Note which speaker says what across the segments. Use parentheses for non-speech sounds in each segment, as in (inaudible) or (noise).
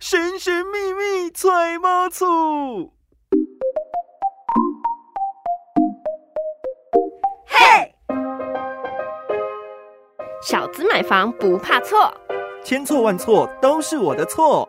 Speaker 1: 神神秘秘揣猫醋。
Speaker 2: 小资买房不怕错，
Speaker 1: 千错万错都是我的错。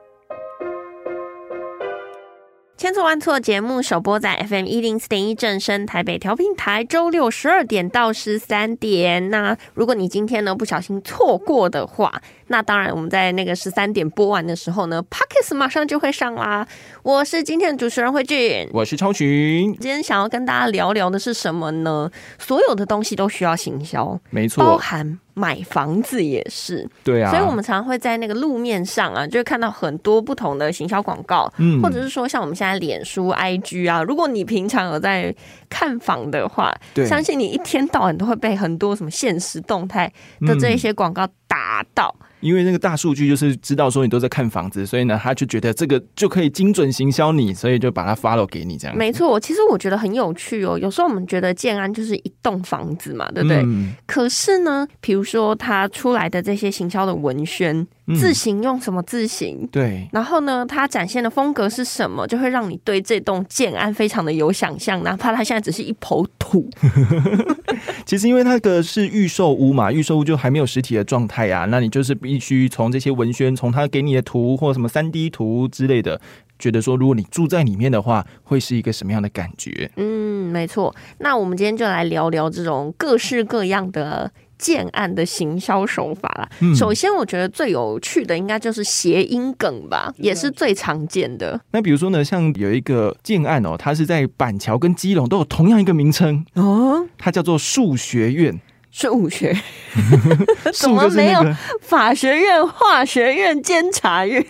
Speaker 2: 千错万错节目首播在 FM 一零四点一正声台北调频台，周六十二点到十三点。那如果你今天呢不小心错过的话，那当然我们在那个十三点播完的时候呢 p o c k e t 马上就会上啦。我是今天的主持人慧俊。
Speaker 1: 我是超群，
Speaker 2: 今天想要跟大家聊聊的是什么呢？所有的东西都需要行销，
Speaker 1: 没
Speaker 2: 包
Speaker 1: 错，
Speaker 2: 含买房子也是。
Speaker 1: 对啊，
Speaker 2: 所以我们常常会在那个路面上啊，就会看到很多不同的行销广告，
Speaker 1: 嗯
Speaker 2: 或者是说像我们现在脸书、IG 啊，如果你平常有在看房的话，
Speaker 1: 对
Speaker 2: 相信你一天到晚都会被很多什么现实动态的这一些广告打到。
Speaker 1: 嗯因为那个大数据就是知道说你都在看房子，所以呢，他就觉得这个就可以精准行销你，所以就把它 follow 给你这样。
Speaker 2: 没错，其实我觉得很有趣哦。有时候我们觉得建安就是一栋房子嘛，对不对？
Speaker 1: 嗯
Speaker 2: 可是呢，比如说它出来的这些行销的文宣，
Speaker 1: 嗯
Speaker 2: 字型用什么字型，
Speaker 1: 对，
Speaker 2: 然后呢，它展现的风格是什么，就会让你对这栋建安非常的有想象，哪怕它现在只是一抔土。
Speaker 1: 其实因为那个是预售屋嘛，预售屋就还没有实体的状态啊，那你就是必须从这些文宣，从他给你的图或什么三 D 图之类的，觉得说如果你住在里面的话，会是一个什么样的感觉？
Speaker 2: 嗯，没错。那我们今天就来聊聊这种各式各样的。建案的行销手法啦，
Speaker 1: 嗯
Speaker 2: 首先我觉得最有趣的应该就是谐音梗吧，也是最常见的
Speaker 1: 那比如说呢，像有一个建案哦，它是在板桥跟基隆都有同样一个名称，
Speaker 2: 哦。
Speaker 1: 它叫做数学院，
Speaker 2: 是武学、怎
Speaker 1: 数
Speaker 2: 么
Speaker 1: 就是
Speaker 2: 没
Speaker 1: 那
Speaker 2: 有
Speaker 1: 个，
Speaker 2: 法学院、化学院、监察院，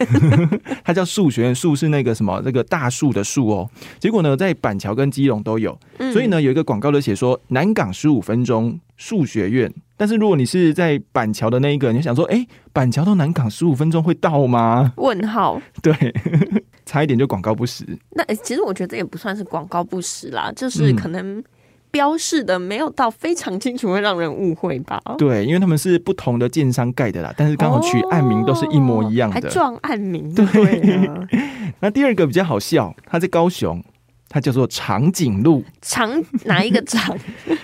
Speaker 1: 它叫数学院，树是那个什么，那个大树的树哦。结果呢，在板桥跟基隆都有，
Speaker 2: 嗯
Speaker 1: 所以呢，有一个广告都写说南港十五分钟数学院。但是如果你是在板桥的那一个，你就想说，哎、板桥到南港十五分钟会到吗？ (laughs)
Speaker 2: 问号。
Speaker 1: 对，差一点就广告不实。
Speaker 2: 那、欸其实我觉得这也不算是广告不实啦，就是
Speaker 1: 嗯
Speaker 2: 可能标示的没有到非常清楚，会让人误会吧。
Speaker 1: 对，因为他们是不同的建商盖的啦，但是刚好取案名都是一模一样
Speaker 2: 哦还
Speaker 1: 的。
Speaker 2: 撞案名，
Speaker 1: (laughs)
Speaker 2: 对啊，
Speaker 1: 那第二个比较好笑，它在高雄，它叫做长颈鹿，
Speaker 2: 长哪
Speaker 1: (laughs)
Speaker 2: 一个长？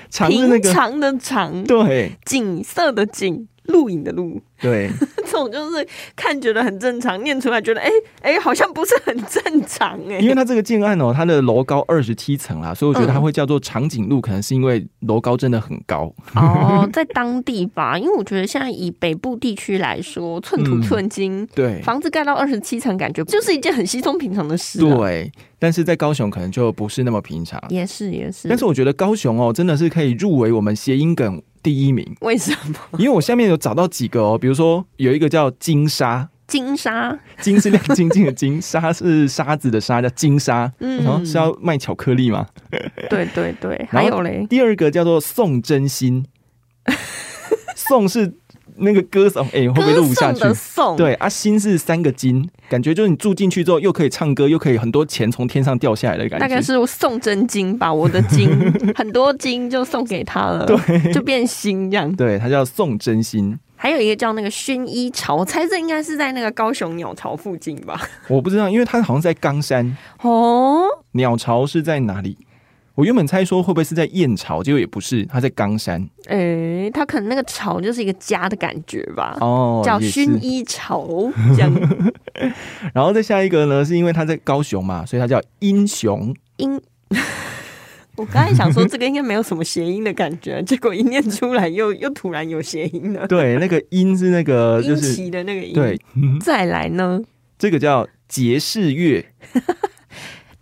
Speaker 1: 长是那
Speaker 2: 平
Speaker 1: 个
Speaker 2: 常的长，
Speaker 1: 对
Speaker 2: 景色的景，录影的录， (laughs)
Speaker 1: 对， (laughs)
Speaker 2: 这种就是看觉得很正常，念出来觉得哎哎、欸好像不是很正常哎、
Speaker 1: 因为它这个建案哦，它的楼高二十七层啦，所以我觉得它
Speaker 2: 嗯
Speaker 1: 会叫做长颈鹿，可能是因为楼高真的很高。
Speaker 2: (laughs) 哦，在当地吧，因为我觉得现在以北部地区来说，寸土
Speaker 1: 嗯
Speaker 2: 寸金。
Speaker 1: 对
Speaker 2: 房子盖到二十七层，感觉就是一件很稀松平常的事、啊。
Speaker 1: 对，但是在高雄可能就不是那么平常。
Speaker 2: 也是也是，
Speaker 1: 但是我觉得高雄哦，真的是可以入围我们谐音梗第一名，
Speaker 2: 为什么 (laughs)
Speaker 1: 因为我下面有找到几个哦，比如说有一个叫金沙，
Speaker 2: 金沙？
Speaker 1: 金是亮晶晶的金，沙是沙子的沙，叫金沙。然后
Speaker 2: 嗯，
Speaker 1: 是要卖巧克力吗？
Speaker 2: 对对对，
Speaker 1: 然
Speaker 2: 还
Speaker 1: 后
Speaker 2: 有嘞，
Speaker 1: 第二个叫做宋真心，宋是那个歌手，哎、会不会录
Speaker 2: 歌
Speaker 1: 不下
Speaker 2: 颂
Speaker 1: 去？
Speaker 2: 的颂，
Speaker 1: 对啊，心是三个金，感觉就是你住进去之后又可以唱歌，又可以很多钱从天上掉下来的感觉。
Speaker 2: 大概是送真金吧，我的金 (laughs) 很多金就送给他了，对，就变心这样。
Speaker 1: 对，它叫宋真心，
Speaker 2: 还有一个叫那个薰衣草，我猜这应该是在那个高雄鸟巢附近吧？
Speaker 1: 我不知道，因为它好像在冈山，
Speaker 2: 哦，
Speaker 1: 鸟巢是在哪里？我原本猜说会不会是在燕巢，结果也不是，它在冈山
Speaker 2: 诶，它可能那个巢就是一个家的感觉吧，
Speaker 1: 哦，
Speaker 2: 叫
Speaker 1: 也是
Speaker 2: 薰衣草这样。
Speaker 1: (laughs) 然后再下一个呢，是因为它在高雄嘛，所以它叫英雄。
Speaker 2: 音。 (laughs) 我刚才想说这个应该没有什么谐音的感觉，结果一念出来又又突然有谐音了，
Speaker 1: 对，那个英是那个呃就
Speaker 2: 音
Speaker 1: 是
Speaker 2: 奇的那个音。
Speaker 1: 对，，
Speaker 2: 再来呢，
Speaker 1: 这个叫爵士乐。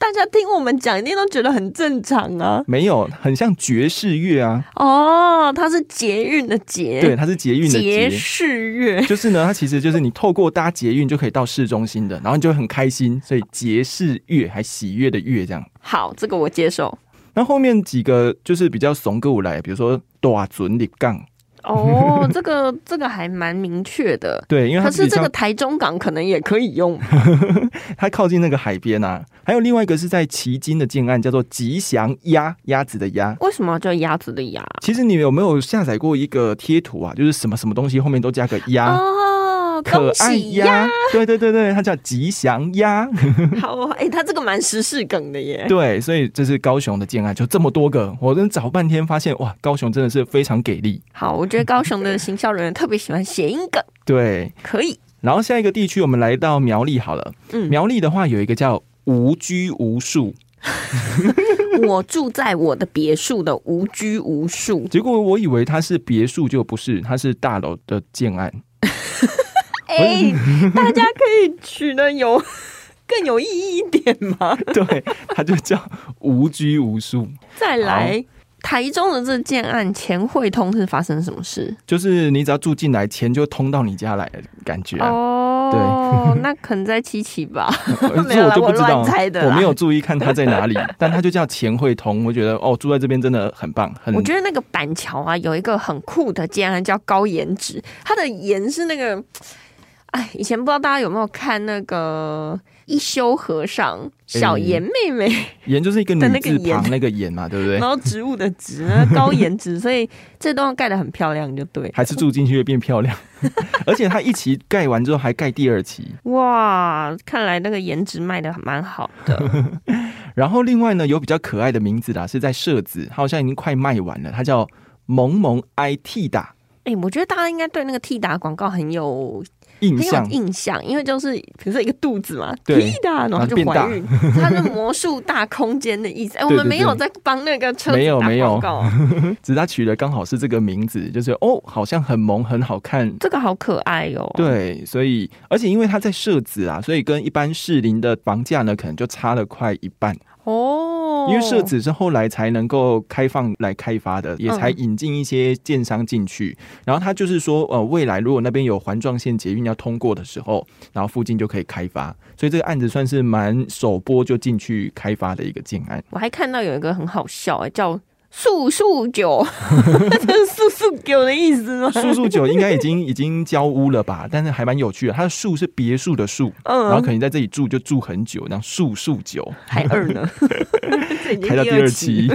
Speaker 2: 大家听我们讲一定都觉得很正常啊。
Speaker 1: 没有，很像爵士乐啊。
Speaker 2: 哦，它是捷运的捷，
Speaker 1: 对，它是捷运的捷。
Speaker 2: 捷士乐。
Speaker 1: 就是呢，它其实就是你透过搭捷运就可以到市中心的，然后你就会很开心，所以爵士乐还喜悦的乐这样。
Speaker 2: 好，这个我接
Speaker 1: (laughs)
Speaker 2: 受。
Speaker 1: 那后面几个就是比较怂歌舞来，比如说大准立杠，
Speaker 2: 哦，这个这个还蛮明确的。
Speaker 1: 对，因为它
Speaker 2: 可是
Speaker 1: 比
Speaker 2: 这
Speaker 1: 较
Speaker 2: 个台中港可能也可以
Speaker 1: (laughs)
Speaker 2: 用吧，
Speaker 1: 它靠近那个海边啊。还有另外一个是在旗津的建案，叫做吉祥鸭鸭子的鸭。
Speaker 2: 为什么要叫鸭子的鸭？
Speaker 1: 其实你有没有下载过一个贴图啊？就是什么什么东西后面都加个鸭，
Speaker 2: 哦，哦，
Speaker 1: 可
Speaker 2: 恭
Speaker 1: 爱
Speaker 2: 喜呀！
Speaker 1: 鸭，对对对对，它叫吉祥鸭。
Speaker 2: (laughs) 好哦，哎、他这个蛮时事梗的耶。
Speaker 1: 对，所以这是高雄的建案，就这么多个，我真找半天发现，哇，高雄真的是非常给力。
Speaker 2: 好，我觉得高雄的行销人员特别喜欢谐音梗，
Speaker 1: 对，
Speaker 2: 可以，
Speaker 1: 然后下一个地区我们来到苗栗好了，
Speaker 2: 嗯，
Speaker 1: 苗栗的话有一个叫无拘无束，
Speaker 2: 我住在我的别墅的无拘无束，
Speaker 1: (laughs) 结果我以为它是别墅，就不是，它是大楼的建
Speaker 2: (laughs)
Speaker 1: 案。
Speaker 2: 哎、大家可以取的有更有意义一点吗？
Speaker 1: 对，它就叫无拘无束，
Speaker 2: 再来，台中的这件案前汇通是发生什么事？
Speaker 1: 就是你只要住进来，钱就通到你家来的感觉啊。
Speaker 2: 哦，那可能在七期 (laughs) 吧。
Speaker 1: 呃
Speaker 2: 没
Speaker 1: 这
Speaker 2: 有
Speaker 1: 我
Speaker 2: 啦
Speaker 1: 就
Speaker 2: 我
Speaker 1: 不知道
Speaker 2: 乱猜的，啦
Speaker 1: 我没有注意看它在哪里，但它就叫钱汇通，我觉得哦，住在这边真的很棒，很
Speaker 2: 我觉得那个板桥啊，有一个很酷的建案叫高颜值，它的颜是那个，哎，以前不知道大家有没有看那个一休和尚小颜妹妹，
Speaker 1: 盐就是一个女
Speaker 2: 的那个
Speaker 1: 字旁
Speaker 2: 盐哦
Speaker 1: 那个盐嘛，对不对
Speaker 2: (laughs) 然？后植物的植，那个高颜 (laughs) 值，所以这栋盖的很漂亮，就对。
Speaker 1: 还是住进去会变
Speaker 2: (laughs)
Speaker 1: 漂亮，而且它一期盖完之后还盖第二期。
Speaker 2: 哇，看来那个颜值卖的蛮好的。
Speaker 1: 然后另外呢，有比较可爱的名字啦，是在社子，它好像已经快卖完了，它叫萌萌 IT 打
Speaker 2: 哎、我觉得大家应该对那个 T 打广告很有
Speaker 1: 印
Speaker 2: 很有
Speaker 1: 象。
Speaker 2: 印象，因为就是比如说一个肚子嘛，
Speaker 1: 对
Speaker 2: 屁的啊，然后就
Speaker 1: 变大
Speaker 2: 怀孕，它是魔术大空间的意思。哎，我们
Speaker 1: (laughs) 对对
Speaker 2: 没有在帮那个车子
Speaker 1: 没有
Speaker 2: 打
Speaker 1: 没有
Speaker 2: 广告
Speaker 1: (laughs)
Speaker 2: 啊，
Speaker 1: 只是它取的刚好是这个名字，就是哦，好像很萌，很好看。
Speaker 2: 这个好可爱哦哟、，
Speaker 1: 对，所以而且因为它在社子啊，所以跟一般士林的房价呢，可能就差了快一半。
Speaker 2: 哦，
Speaker 1: 因为社子是后来才能够开放来开发的，也才
Speaker 2: 嗯
Speaker 1: 引进一些建商进去。然后他就是说，呃，未来如果那边有环状线捷运要通过的时候，然后附近就可以开发。所以这个案子算是蛮首播就进去开发的一个建案。
Speaker 2: 哦我还看到有一个很好笑、哎，叫素素
Speaker 1: (laughs)
Speaker 2: 酒，这是素素酒的意思吗？
Speaker 1: 树树九应该已经 (laughs) 已经交屋了吧？但是还蛮有趣的，它的树是别墅的树，然后
Speaker 2: 嗯
Speaker 1: 可，能在这里住就住很久，然后树树九
Speaker 2: 还二呢，
Speaker 1: (laughs)
Speaker 2: 这已经
Speaker 1: 开到第二期。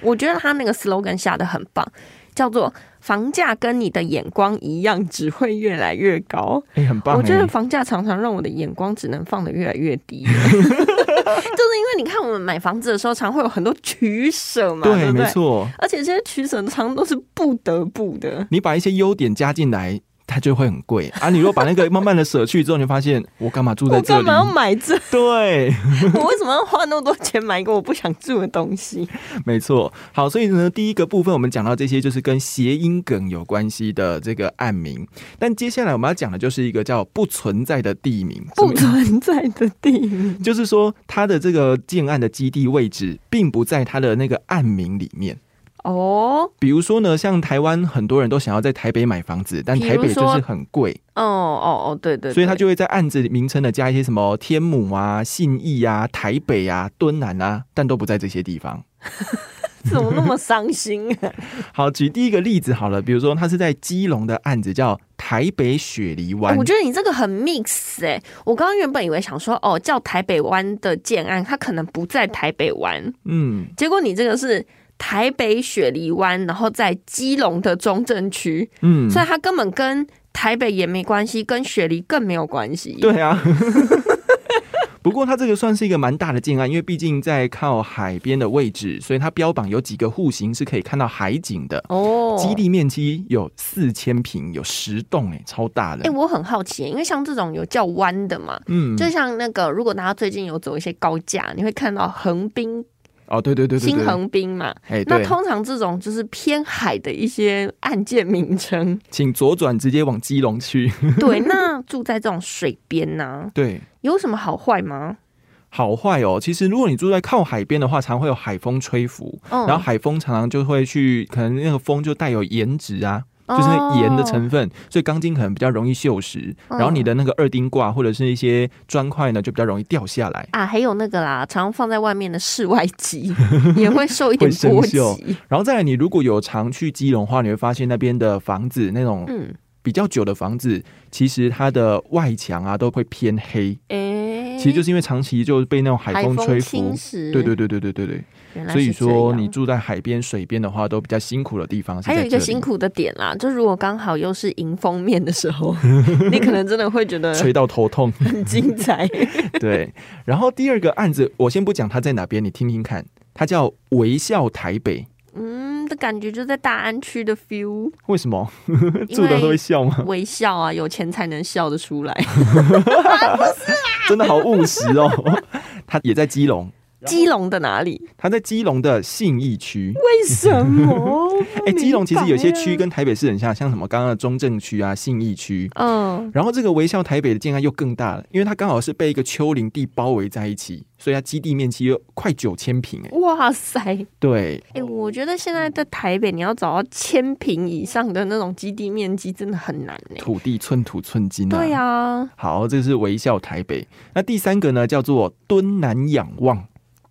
Speaker 2: 我觉得他那个 slogan 下的很棒，叫做“房价跟你的眼光一样，只会越来越高”。
Speaker 1: (laughs) 哎、很棒、欸！
Speaker 2: 我觉得房价常常让我的眼光只能放得越来越
Speaker 1: (laughs)
Speaker 2: 低， (laughs) 就是因为你看我们买房子的时候，常会有很多取舍嘛，对
Speaker 1: 对，
Speaker 2: 不
Speaker 1: 没
Speaker 2: 对？
Speaker 1: 错，
Speaker 2: 而且这些取舍常都是不得不的。
Speaker 1: 你把一些优点加进来，它就会很贵啊。你如果把
Speaker 2: (laughs)
Speaker 1: 那个慢慢的舍去之后，你就发现我干嘛住在
Speaker 2: 我
Speaker 1: 这
Speaker 2: 干
Speaker 1: 里
Speaker 2: 嘛？要买这？ (laughs)
Speaker 1: 对，
Speaker 2: 我为什么要花那么多钱买一个我不想住的东西？
Speaker 1: 没错。好，所以呢，第一个部分我们讲到这些就是跟谐音梗有关系的这个案名，但接下来我们要讲的就是一个叫不存在的地名， (laughs) 什
Speaker 2: 不
Speaker 1: 么
Speaker 2: 存在的地名
Speaker 1: 就是说它的这个建案的基地位置并不在它的那个案名里面。
Speaker 2: 哦
Speaker 1: 比如说呢，像台湾很多人都想要在台北买房子，但台
Speaker 2: 比如
Speaker 1: 北
Speaker 2: 说
Speaker 1: 就是很贵，
Speaker 2: 哦哦哦，对对对，
Speaker 1: 所以他就会在案子名称呢加一些什么天母啊、信义啊、台北啊、敦南啊，但都不在这些地方。
Speaker 2: 怎么那么
Speaker 1: (laughs)
Speaker 2: 伤心啊？
Speaker 1: 好，举第一个例子好了，比如说他是在基隆的案子叫台北雪梨
Speaker 2: 哎
Speaker 1: 湾
Speaker 2: 我，觉得你这个很 mix 哎、我刚刚原本以为想说，哦，叫台北湾的建案，它可能不在台北湾，
Speaker 1: 嗯，
Speaker 2: 结果你这个是台北雪梨湾，然后在基隆的中正区，
Speaker 1: 嗯
Speaker 2: 所以它根本跟台北也没关系，跟雪梨更没有关系。，
Speaker 1: (laughs) 对
Speaker 2: (laughs)
Speaker 1: 啊。不过它这个算是一个蛮大的建案，因为毕竟在靠海边的位置，所以它标榜有几个户型是可以看到海景的。
Speaker 2: 哦，
Speaker 1: 基。地面积有四千平，有十栋，哎，超大的。
Speaker 2: 哎、我很好奇、因为像这种有叫湾的嘛，
Speaker 1: 嗯，
Speaker 2: 就像那个，如果大家最近有走一些高架，你会看到横滨、
Speaker 1: 哦，对对对对
Speaker 2: 新
Speaker 1: 对，
Speaker 2: 横滨嘛。
Speaker 1: 哎，
Speaker 2: 那
Speaker 1: 对，
Speaker 2: 通常这种就是偏海的一些案件
Speaker 1: (laughs)
Speaker 2: 名称，
Speaker 1: 请左转，直接往基隆
Speaker 2: (laughs)
Speaker 1: 去。
Speaker 2: 对，那住在这种水边呢、
Speaker 1: 对，
Speaker 2: 有什么好坏吗？
Speaker 1: 好坏哦，其实如果你住在靠海边的话，常会有海风吹拂，
Speaker 2: 嗯
Speaker 1: 然后海风常常就会去，可能那个风就带有盐质啊。
Speaker 2: 哦
Speaker 1: 就是那盐的成分，所以钢筋可能比较容易锈蚀，
Speaker 2: 嗯
Speaker 1: 然后你的那个二丁挂或者是一些砖块呢，就比较容易掉下来。
Speaker 2: 啊，还有那个啦，常放在外面的室外
Speaker 1: (laughs)
Speaker 2: 机也会受一点
Speaker 1: 会生
Speaker 2: 波及。
Speaker 1: 锈然后再来，你如果有常去基隆的话，你会发现那边的房子那种
Speaker 2: 嗯，
Speaker 1: 比较久的房子，其实它的外墙啊都会偏黑，
Speaker 2: 哎、
Speaker 1: 其实就是因为长期就被那种海风吹
Speaker 2: 侵
Speaker 1: 拂。
Speaker 2: 蚀，
Speaker 1: 对对对对对对对，
Speaker 2: 原来
Speaker 1: 所
Speaker 2: 是
Speaker 1: 以
Speaker 2: 这
Speaker 1: 说
Speaker 2: 样
Speaker 1: 你住在海边、水边的话，都比较辛苦的地方。
Speaker 2: 还有一个辛
Speaker 1: 苦，
Speaker 2: 苦的点啦，就如果刚好又是迎风面的
Speaker 1: (laughs)
Speaker 2: 时候，你可能真的会觉得
Speaker 1: 吹到头
Speaker 2: (laughs)
Speaker 1: 痛。
Speaker 2: 很精彩。
Speaker 1: 对，然后第二个案子，我先不讲它在哪边，你听听看，它叫微笑台北。
Speaker 2: 嗯，的感觉就在大安区的 feel，
Speaker 1: 为什么住的都会笑
Speaker 2: (laughs)
Speaker 1: 吗？
Speaker 2: 微笑啊，有钱才能笑得
Speaker 1: (laughs)
Speaker 2: 出来。
Speaker 1: 真的好务实哦。 (laughs) 它也在基隆，
Speaker 2: 基隆的
Speaker 1: (laughs)
Speaker 2: 哪里？
Speaker 1: 它在基隆的信义区。？
Speaker 2: 为什么
Speaker 1: (laughs) 哎，基隆其实有些区
Speaker 2: 不明白啊
Speaker 1: 跟台北市很像，像什么刚刚的中正区啊、信义区。
Speaker 2: 嗯，
Speaker 1: 然后这个微笑台北的建案又更大了，因为它刚好是被一个丘陵地包围在一起，所以它基地面积有快九千平哎。
Speaker 2: 哇塞，
Speaker 1: 对，
Speaker 2: 哎、我觉得
Speaker 1: 嗯
Speaker 2: 现在在台北，你要找到千平以上的那种基地面积，真的很难呢、
Speaker 1: 土地寸土寸金啊。
Speaker 2: 对啊，
Speaker 1: 好，这是微笑台北。那第三个呢，叫做敦南仰
Speaker 2: (laughs)
Speaker 1: 望。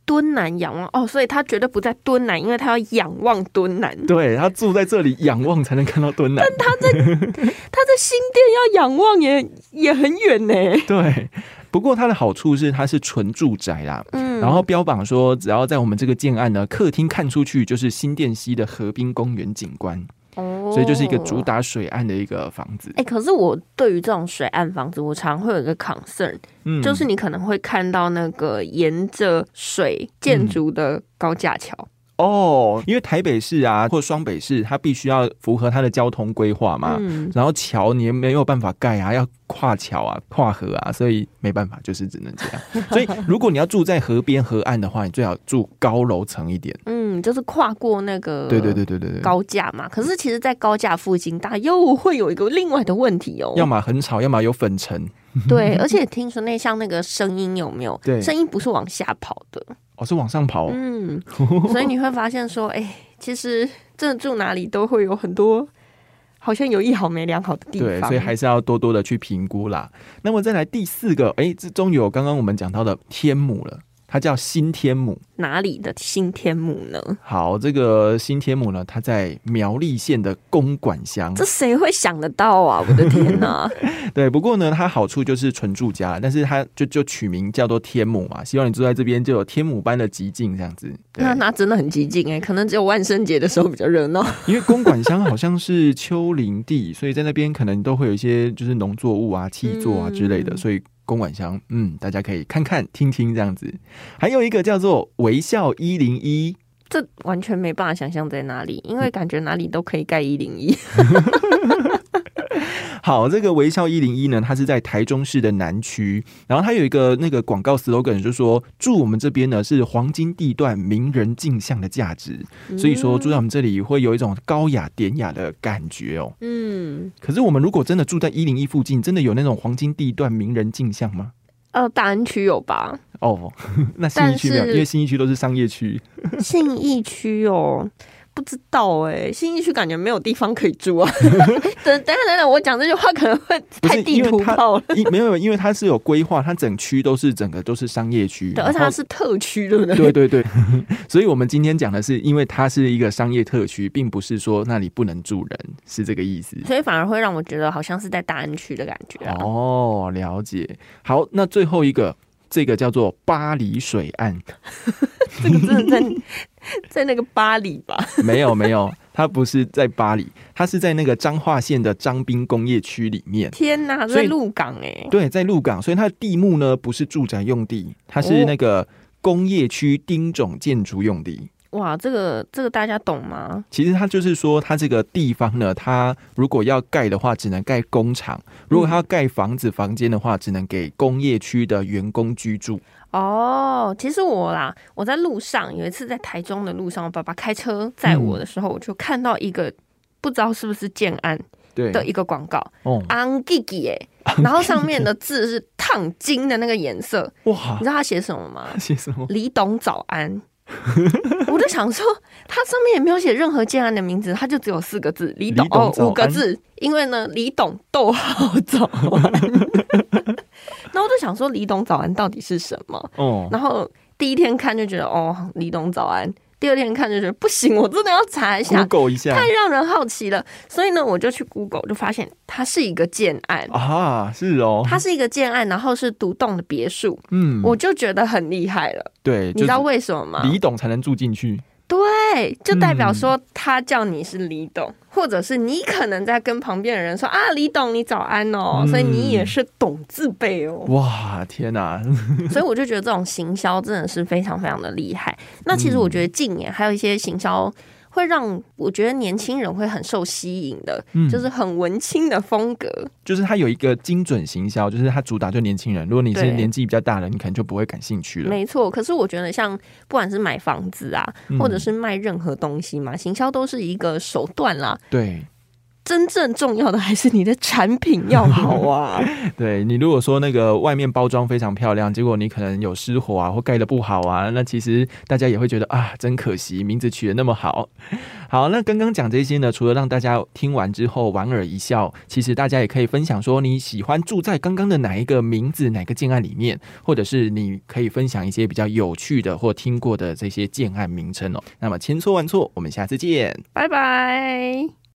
Speaker 2: 敦南仰望哦，所以他绝对不在敦南，因为他要仰望敦南。
Speaker 1: 对他住在这里，仰望才能看到
Speaker 2: (laughs)
Speaker 1: 敦南。
Speaker 2: 他在新店要仰望也也很远呢、
Speaker 1: 对，不过它的好处是它是纯住宅啦。
Speaker 2: 嗯，
Speaker 1: 然后标榜说，只要在我们这个建案呢，客厅看出去就是新店溪的河滨公园景观，
Speaker 2: 哦
Speaker 1: 所以就是一个主。打水岸的一个房子。
Speaker 2: 哎、可是我对于这种水岸房子，我常会有一个 concern，、
Speaker 1: 嗯
Speaker 2: 就是你可能会看到那个沿着水
Speaker 1: 嗯
Speaker 2: 建筑的高架桥。
Speaker 1: 哦，因为台北市啊或双北市，它必须要符合它的交通规划嘛。
Speaker 2: 嗯，
Speaker 1: 然后桥你也没有办法盖啊，要跨桥啊、跨河啊，所以没办法，就是只能这样。 (laughs) 所以如果你要住在河边河岸的话，你最好住高楼层一点。
Speaker 2: 嗯，就是跨过那个。
Speaker 1: 对对对对对对。
Speaker 2: 呃高架嘛，可是其实，在高架附近，大家又会有一个另外的问题哦。
Speaker 1: 要么很吵，要么有粉尘 (laughs)
Speaker 2: 对，而且听说那像那个声音有没有？
Speaker 1: 对
Speaker 2: 声音不是往下跑的，
Speaker 1: 哦，是往上跑哦、 (laughs)
Speaker 2: 嗯，所以你会发现说，哎、其实真的住哪里都会有很多好像有一好没两好的地
Speaker 1: 对，
Speaker 2: 方，
Speaker 1: 所以还是要多多的去评估啦。那么再来第四个，哎，这终于有刚刚我们讲到的天母了，它叫新天母。
Speaker 2: 哪里的新天母呢？
Speaker 1: 好，这个新天母呢，它在苗栗县的公馆乡
Speaker 2: 这。谁会想得到啊！我的天哪，
Speaker 1: (laughs) 对，不过呢，它好处就是纯住家，但是它就就取名叫做天母嘛，希望你住在这边就有天母般的极境这样子。对
Speaker 2: 那，那真的很激进哎、可能只有万圣节的时候比较热闹。
Speaker 1: 因为公馆乡好像是丘陵地，所以在那边可能都会有一些就是农作物啊、七作啊之类的，
Speaker 2: 嗯
Speaker 1: 所以公馆乡，嗯，大家可以看看、听听这样子。还有一个叫做微笑一零一，
Speaker 2: 这完全没办法想象在哪里，因为感觉哪里都可以盖一零一。
Speaker 1: 好，这个微笑一零一呢，它是在台中市的南区，然后它有一个那个广告 slogan 就说住我们这边呢是黄金地段、名人镜像的价值，所以说住在我们这里会有一种高雅典雅的感觉哦。
Speaker 2: 嗯，
Speaker 1: 可是我们如果真的住在一零一附近，真的有那种黄金地段、名人镜像吗？
Speaker 2: 呃，大安区
Speaker 1: (laughs)
Speaker 2: 有吧？
Speaker 1: 哦，那新一区没有，
Speaker 2: 但是
Speaker 1: 因为新一区都是商业 (laughs) 区。
Speaker 2: 信义区哦，不知道哎、信义区感觉没有地方可以
Speaker 1: (laughs)
Speaker 2: 住啊。等等一下等等，我讲这句话可能会
Speaker 1: 不是
Speaker 2: 太地
Speaker 1: 因
Speaker 2: 图
Speaker 1: 为它
Speaker 2: 炮了。
Speaker 1: 因没有，没有因为它是有规划，它整区都是整个都是商业区。
Speaker 2: 对，而
Speaker 1: 然
Speaker 2: 且它
Speaker 1: 后
Speaker 2: 是特区，对不对？
Speaker 1: 对对对， (laughs) 所以我们今天讲的是，因为它是一个商业特区，并不是说那里不能住人，是这个意思。
Speaker 2: (laughs) 所以反而会让我觉得好像是在大安区的感觉啊。
Speaker 1: 哦，了解。好，那最后一个，这个叫做巴黎水岸，
Speaker 2: 这个真的在在那个巴黎吧？
Speaker 1: 没有没有，它不是在巴黎，它是在那个彰化县的彰滨工业区里
Speaker 2: (laughs)
Speaker 1: 面。
Speaker 2: 天哪，
Speaker 1: 所以
Speaker 2: 在鹿港哎、
Speaker 1: 对，在鹿港，所以它的地目呢不是住宅用地，它是
Speaker 2: 哦
Speaker 1: 那个工业区丁种建筑用地。
Speaker 2: 哇，这个这个大家懂吗？
Speaker 1: 其实它就是说，它这个地方呢，它如果要盖的话，只能盖工厂；如果它要盖房子、房间的话，只能给工业区的员工居住。
Speaker 2: 哦，其实我啦，我在路上有一次在台中的路上，我爸爸开车载
Speaker 1: 嗯
Speaker 2: 我的时候，我就看到一个不知道是不是建安
Speaker 1: 对，
Speaker 2: 的一个广告
Speaker 1: 哦，
Speaker 2: 昂 g i g i 哎，然后上面的字是烫金的那个
Speaker 1: (laughs)
Speaker 2: 颜色，
Speaker 1: 哦哇
Speaker 2: 你，知道他写什么吗
Speaker 1: 它？写什么？
Speaker 2: 李董早安。我就想说，它上面也没有写任何建安的名字，它就只有四个字，李董
Speaker 1: 李董
Speaker 2: 哦
Speaker 1: 早安
Speaker 2: 五个字，因为呢，李董逗号早
Speaker 1: (laughs)
Speaker 2: 安。那我就想说，李董早安到底是什么？
Speaker 1: 哦，
Speaker 2: 然后第一天看就觉得哦，李董早安。第二天看就觉得不行，我真的要查一下，
Speaker 1: ，Google 一下
Speaker 2: 太让人好奇了。所以呢，我就去 Google 就发现它是一个建案，
Speaker 1: 啊，是哦，
Speaker 2: 它是一个建案，然后是独栋的别墅，
Speaker 1: 嗯，
Speaker 2: 我就觉得很厉害了。
Speaker 1: 对，
Speaker 2: 你
Speaker 1: 就
Speaker 2: 知
Speaker 1: 是
Speaker 2: 道为什么吗？
Speaker 1: 李董才能住进去，
Speaker 2: 对，就代表说
Speaker 1: 嗯
Speaker 2: 他叫你是李董，或者是你可能在跟旁边的人说啊，李董你早安哦，
Speaker 1: 嗯
Speaker 2: 所以你也是董字辈哦。
Speaker 1: 哇，天哪、
Speaker 2: 所以我就觉得这种行销真的是非常非常的厉害。那其实
Speaker 1: 嗯
Speaker 2: 我觉得近年还有一些行销。会让我觉得年轻人会很受吸引的，
Speaker 1: 嗯
Speaker 2: 就是很文青的风格。
Speaker 1: 就是它有一个精准行销，就是它主打就年轻人。如果你是
Speaker 2: 对
Speaker 1: 年纪比较大的，你可能就不会感兴趣了。
Speaker 2: 没错，可是我觉得像不管是买房子啊，
Speaker 1: 嗯
Speaker 2: 或者是卖任何东西嘛，行销都是一个手段啦。
Speaker 1: 对，
Speaker 2: 真正重要的还是你的产品要好啊。
Speaker 1: (laughs) 对你如果说那个外面包装非常漂亮，结果你可能有失火啊，或盖的不好啊，那其实大家也会觉得啊，真可惜，名字取得那么好。 (laughs) 好，那刚刚讲这些呢，除了让大家听完之后莞尔一笑，其实大家也可以分享说你喜欢住在刚刚的哪一个名字、哪个建案里面，或者是你可以分享一些比较有趣的或听过的这些建案名称哦。那么千错万错，我们下次见。
Speaker 2: 拜拜。